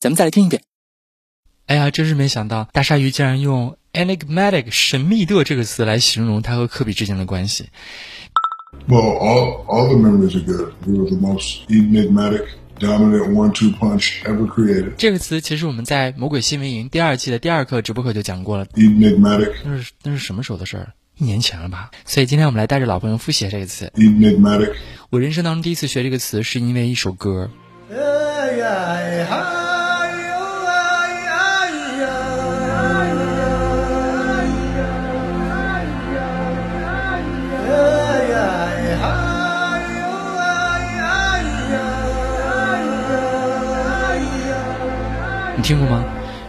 咱们再来听一遍。哎呀，真是没想到，大鲨鱼竟然用 enigmatic 神秘的这个词来形容它和科比之间的关系。 Well, all, all the memories are good. We were the most enigmatic, dominant one-two punch ever created. 这个词其实我们在《魔鬼新闻营》第二季的第二课直播课就讲过了， Enigmatic, 那是那是什么时候的事儿？啊一年前了吧？所以今天我们来带着老朋友复习这个词。 enigmatic, 我人生当中第一次学这个词是因为一首歌，哎呀嗨哟哎呀呀哎呀哎呀嗨哟哎呀你听过吗？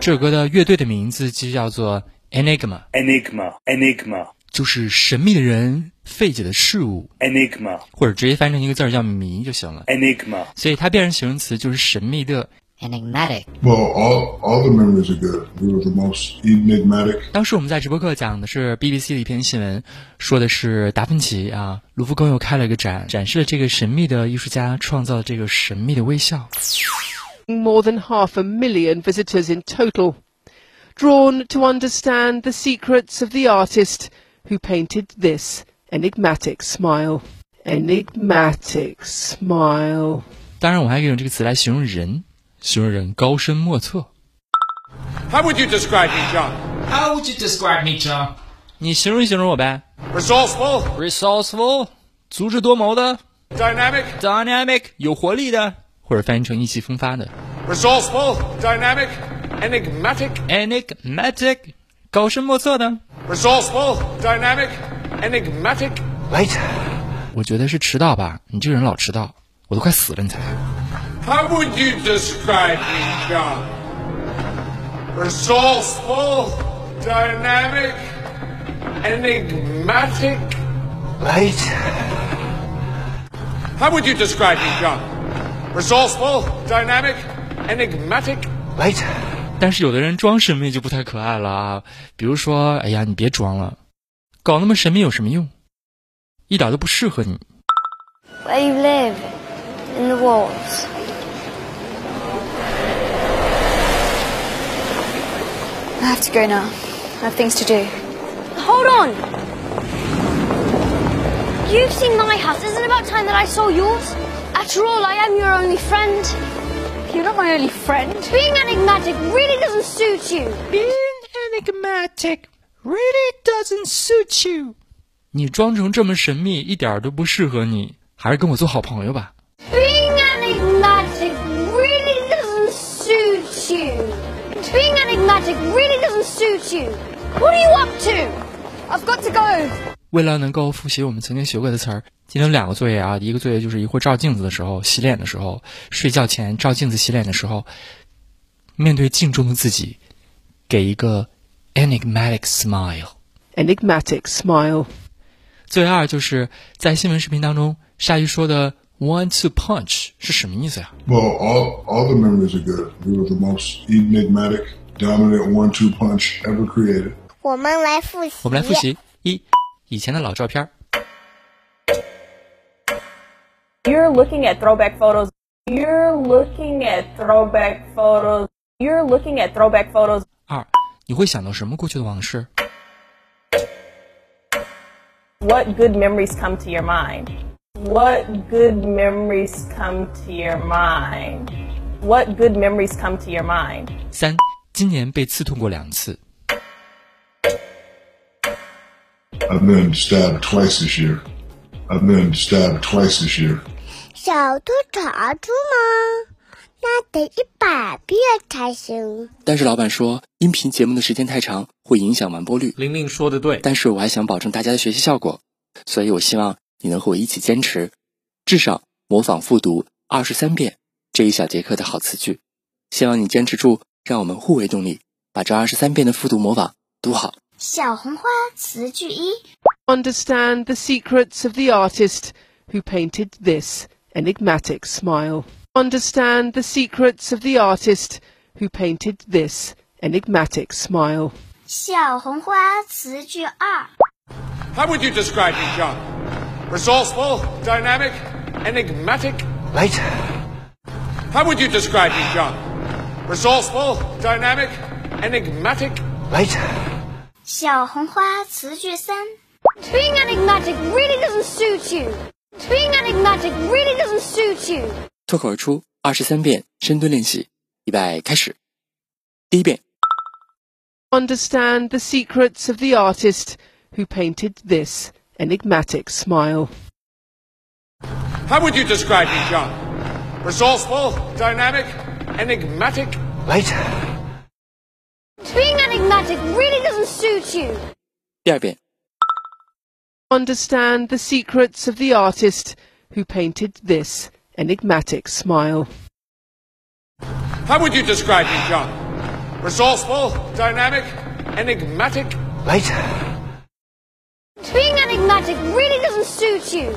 这首歌的乐队的名字就叫做 Enigma， Enigma, enigma, 就是神秘的人、费解的事物， enigma, 或者直接翻成一个字儿叫谜就行了。 enigma, 所以它变成形容词就是神秘的。 enigmatic, well, all, all the memories are good. We were the most enigmatic. 当时我们在直播课讲的是 BBC 的一篇新闻，说的是达芬奇啊，卢浮宫又开了一个展，展示了这个神秘的艺术家创造的这个神秘的微笑。 more than half a million visitors in total, drawn to understand the secrets of the artist who painted this enigmatic smile. Enigmatic smile. 当然，我还可以用这个词来形容人，形容人高深莫测。 How would you describe me, John? How would you describe me, John? 你形容一形容我呗 Resourceful, ，resourceful，足智多谋的 dynamic, dynamic 有活力的，或者翻译成意气风发的 resourceful, dynamic, enigmatic, enigmatic 高深莫测的。 resourceful, dynamic, enigmatic. Wait. 我觉得是迟到吧，你这个人老迟到，我都快死了你才来。 How would you describe me, John? Resourceful, dynamic, enigmatic. Wait. How would you describe me, John? Resourceful, dynamic, enigmatic. Wait. 但是有的人装神秘就不太可爱了啊，比如说，哎呀，你别装了，搞那么神秘有什么用？一点都不适合你。 where you live, in the walls. I have to go now. I have things to do. Hold on. You've seen my house. Isn't it about time that I saw yours? After all, I am your only friend. You're not my only friend. Being enigmatic really doesn't suit you. Being enigmatic really doesn't suit you。你装成这么神秘，一点儿都不适合你，还是跟我做好朋友吧。 Being enigmatic really doesn't suit you. Being enigmatic really doesn't suit you. What are you up to? I've got to go. 为了能够复习我们曾经学过的词儿，今天有两个作业啊，一个作业就是一会儿照镜子的时候、洗脸的时候、睡觉前照镜子、洗脸的时候，面对镜中的自己，给一个 enigmatic smile。 Enigmatic smile. 作业二就是在新闻视频当中，鲨鱼说的 “one two punch” 是什么意思呀、 Well, all, all the memories are good. We were the most enigmatic, dominant one-two punch ever created. 我们来复习我们来复习一以前的老照片儿 You're looking at throwback photos. You're looking at throwback photos. You're looking at throwback photos. 二你会想到什么过去的往事？ What good memories come to your mind? What good memories come to your mind? What good memories come to your mind? 三今年被刺痛过两次。 I've been stabbed twice this year. I've been stabbed twice this year. 小兔查住吗？那得一百遍才行。但是老板说，音频节目的时间太长，会影响完播率。玲玲说的对，但是我还想保证大家的学习效果，所以我希望你能和我一起坚持，至少模仿复读二十三遍这一小节课的好词句。希望你坚持住，让我们互为动力，把这二十三遍的复读模仿读好。小红花词句一 Understand the secrets of the artist who painted this enigmatic smile. Understand the secrets of the artist who painted this enigmatic smile. 小红花词句二 How would you describe me, John? Resourceful, dynamic, enigmatic? Light. How would you describe me, John? Resourceful, dynamic, enigmatic? Light. 小红花词句三 Being enigmatic really doesn't suit you. Being enigmatic really doesn't suit you. 脱口而出二十三遍深蹲练习，预备开始。第一遍， Understand the secrets of the artist who painted this enigmatic smile. How would you describe me, John? Resourceful, dynamic, enigmatic? Light. Being enigmatic really doesn't suit you. 第二遍， Understand the secrets of the artist who painted this enigmatic smile. How would you describe me, John? Resourceful, dynamic, enigmatic? Light. Being enigmatic really doesn't suit you.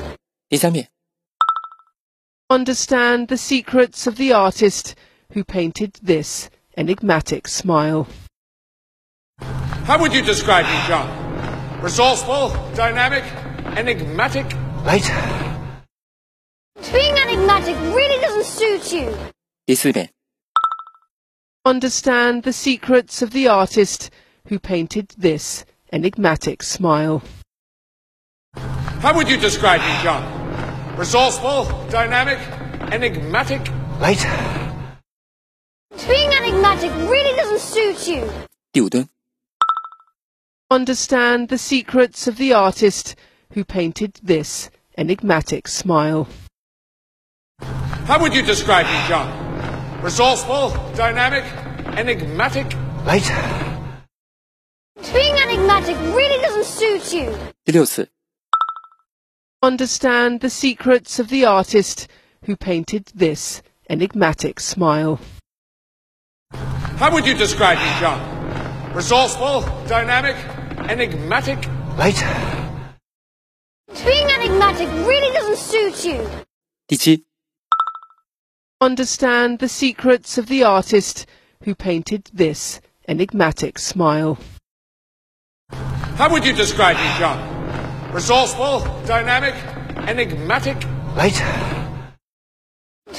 第三遍， Understand the secrets of the artist who painted this enigmatic smile. How would you describe me, John? Resourceful, dynamic, enigmatic? Light. Being enigmatic really doesn't suit you. 第四遍， Understand the secrets of the artist who painted this enigmatic smile. How would you describe me, John? Resourceful, dynamic, enigmatic? Light. Being enigmatic really doesn't suit you. 第五蹲， Understand the secrets of the artist who painted this enigmatic smile. How would you describe me, John? Resourceful, dynamic, enigmatic? Light. Being enigmatic really doesn't suit you. 第六次， Understand the secrets of the artist who painted this enigmatic smile. How would you describe me, John? Resourceful, dynamic, enigmatic? Light. Being enigmatic really doesn't suit you. 第七、 Understand the secrets of the artist who painted this enigmatic smile. How would you describe me, John? Resourceful, dynamic, enigmatic? Light.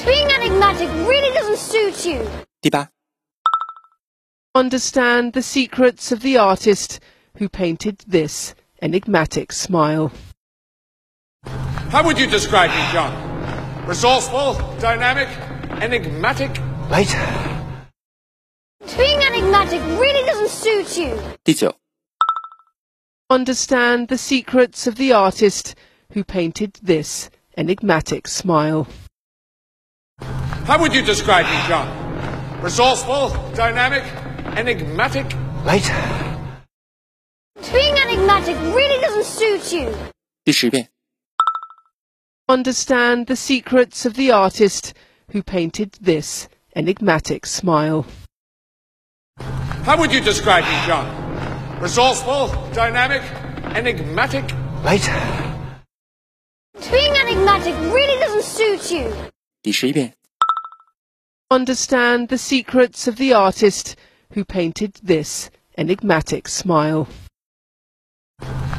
Being enigmatic really doesn't suit you. 第八、 Understand the secrets of the artist who painted this enigmatic smile. How would you describe me, John? Resourceful, dynamic, enigmatic? Light. Being enigmatic really doesn't suit you. 第九、 Understand the secrets of the artist who painted this enigmatic smile. How would you describe me, John? Resourceful, dynamic, enigmatic? Light. Being enigmatic really doesn't suit you. 第十遍、 Understand the secrets of the artist who painted this enigmatic smile. How would you describe me, John? Resourceful, dynamic, enigmatic? Light. Being enigmatic really doesn't suit you. 第十一遍、 Understand the secrets of the artist who painted this enigmatic smile.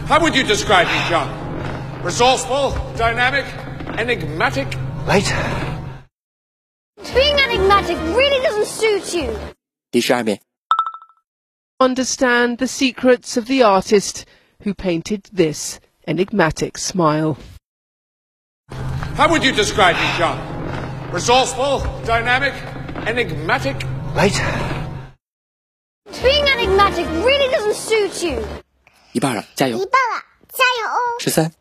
How would you describe me, John? Resourceful, dynamic, enigmatic? Light. Being enigmatic really doesn't suit you. 第十二遍、 Understand the secrets of the artist who painted this enigmatic smile. How would you describe me, John? Resourceful, dynamic, enigmatic? Light. Being enigmatic really doesn't suit you. 一半了，加一半油！了，加油哦！十三、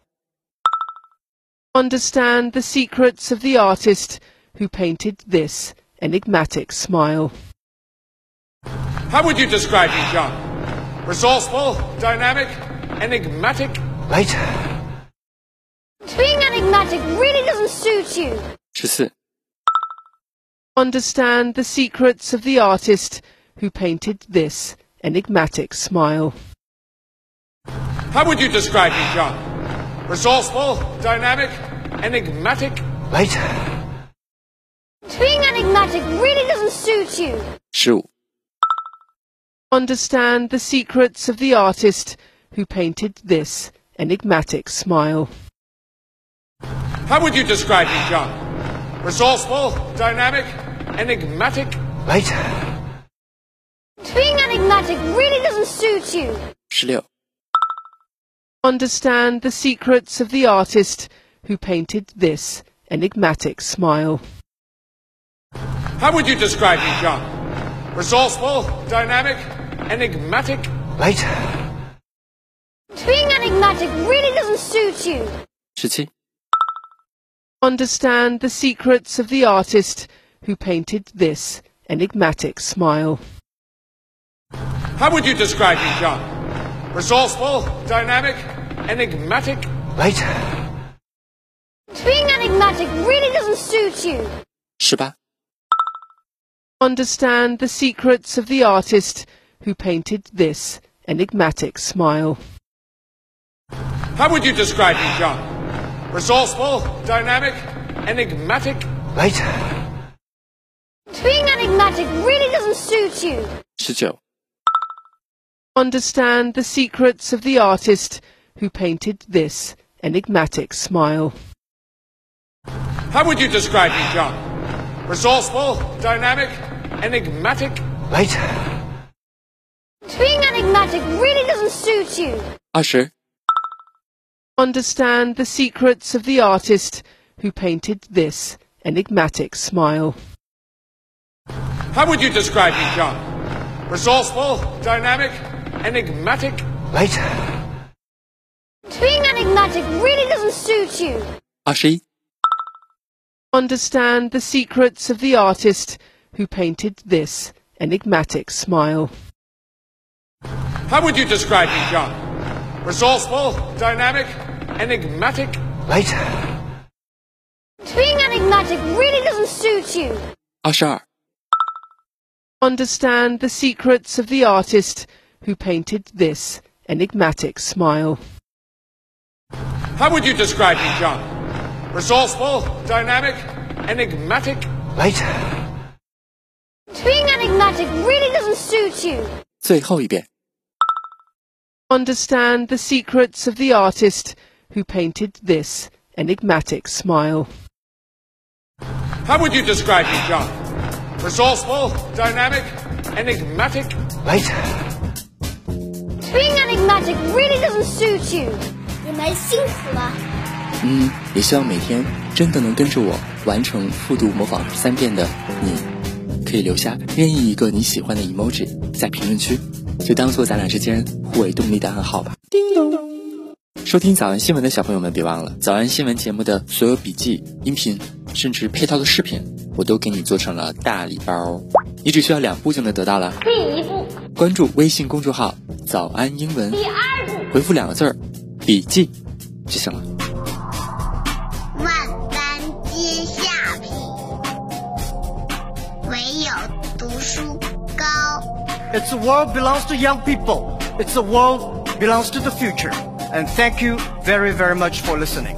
Understand the secrets of the artist who painted this enigmatic smile. How would you describe me, John? Resourceful, dynamic, enigmatic? Light. Being enigmatic really doesn't suit you. 十四、 understand the secrets of the artist who painted this enigmatic smile. How would you describe me, John? Resourceful, dynamic, enigmatic? Late. Being enigmatic really doesn't suit you. 十五、 Understand the secrets of the artist who painted this enigmatic smile. How would you describe me, John? Resourceful, dynamic, enigmatic? Late. Being enigmatic really doesn't suit you. 十六、 Understand the secrets of the artist who painted this enigmatic smile. How would you describe me, John? Resourceful, dynamic, enigmatic? Late. Being enigmatic really doesn't suit you. 十七、 Understand the secrets of the artist who painted this enigmatic smile. How would you describe me, John? Resourceful, dynamic, enigmatic? Late. Being enigmatic really doesn't suit you. 十八、 Understand the secrets of the artist who painted this enigmatic smile. How would you describe me, John? Resourceful, dynamic, enigmatic? Late. Being enigmatic really doesn't suit you. 十九、 Understand the secrets of the artist who painted this enigmatic smile. How would you describe me, John? Resourceful, dynamic, enigmatic? Late. Being enigmatic really doesn't suit you. 二十、 Understand the secrets of the artist who painted this enigmatic smile. How would you describe me, John? Resourceful, dynamic, enigmatic? Late. Being enigmatic really doesn't suit you. 二十一、 Understand the secrets of the artist who painted this enigmatic smile. How would you describe me, John? Resourceful, dynamic, enigmatic? Late. Being enigmatic really doesn't suit you. 二十二、 Understand the secrets of the artist who painted this enigmatic smile. How would you describe me, John? Resourceful, dynamic, enigmatic? Late. Being enigmatic really doesn't suit you. 最后一遍。 Understand the secrets of the artist who painted this enigmatic smile. How would you describe me, John? Resourceful, dynamic, enigmatic? Late. Being enigmatic really doesn't suit you. 你们辛苦了。嗯，也希望每天真的能跟着我完成复读模仿三遍的你，可以留下任意一个你喜欢的 emoji 在评论区，就当做咱俩之间互为动力的暗号吧。叮咚！收听早安新闻的小朋友们，别忘了早安新闻节目的所有笔记、音频，甚至配套的视频，我都给你做成了大礼包，哦你只需要两步就能得到了。第一步，关注微信公众号“早安英文”，第二步，回复两个字儿“笔记”就行了。万般皆下品，唯有读书高。 It's the world belongs to young people. It's the world belongs to the future. And thank you very, very much for listening.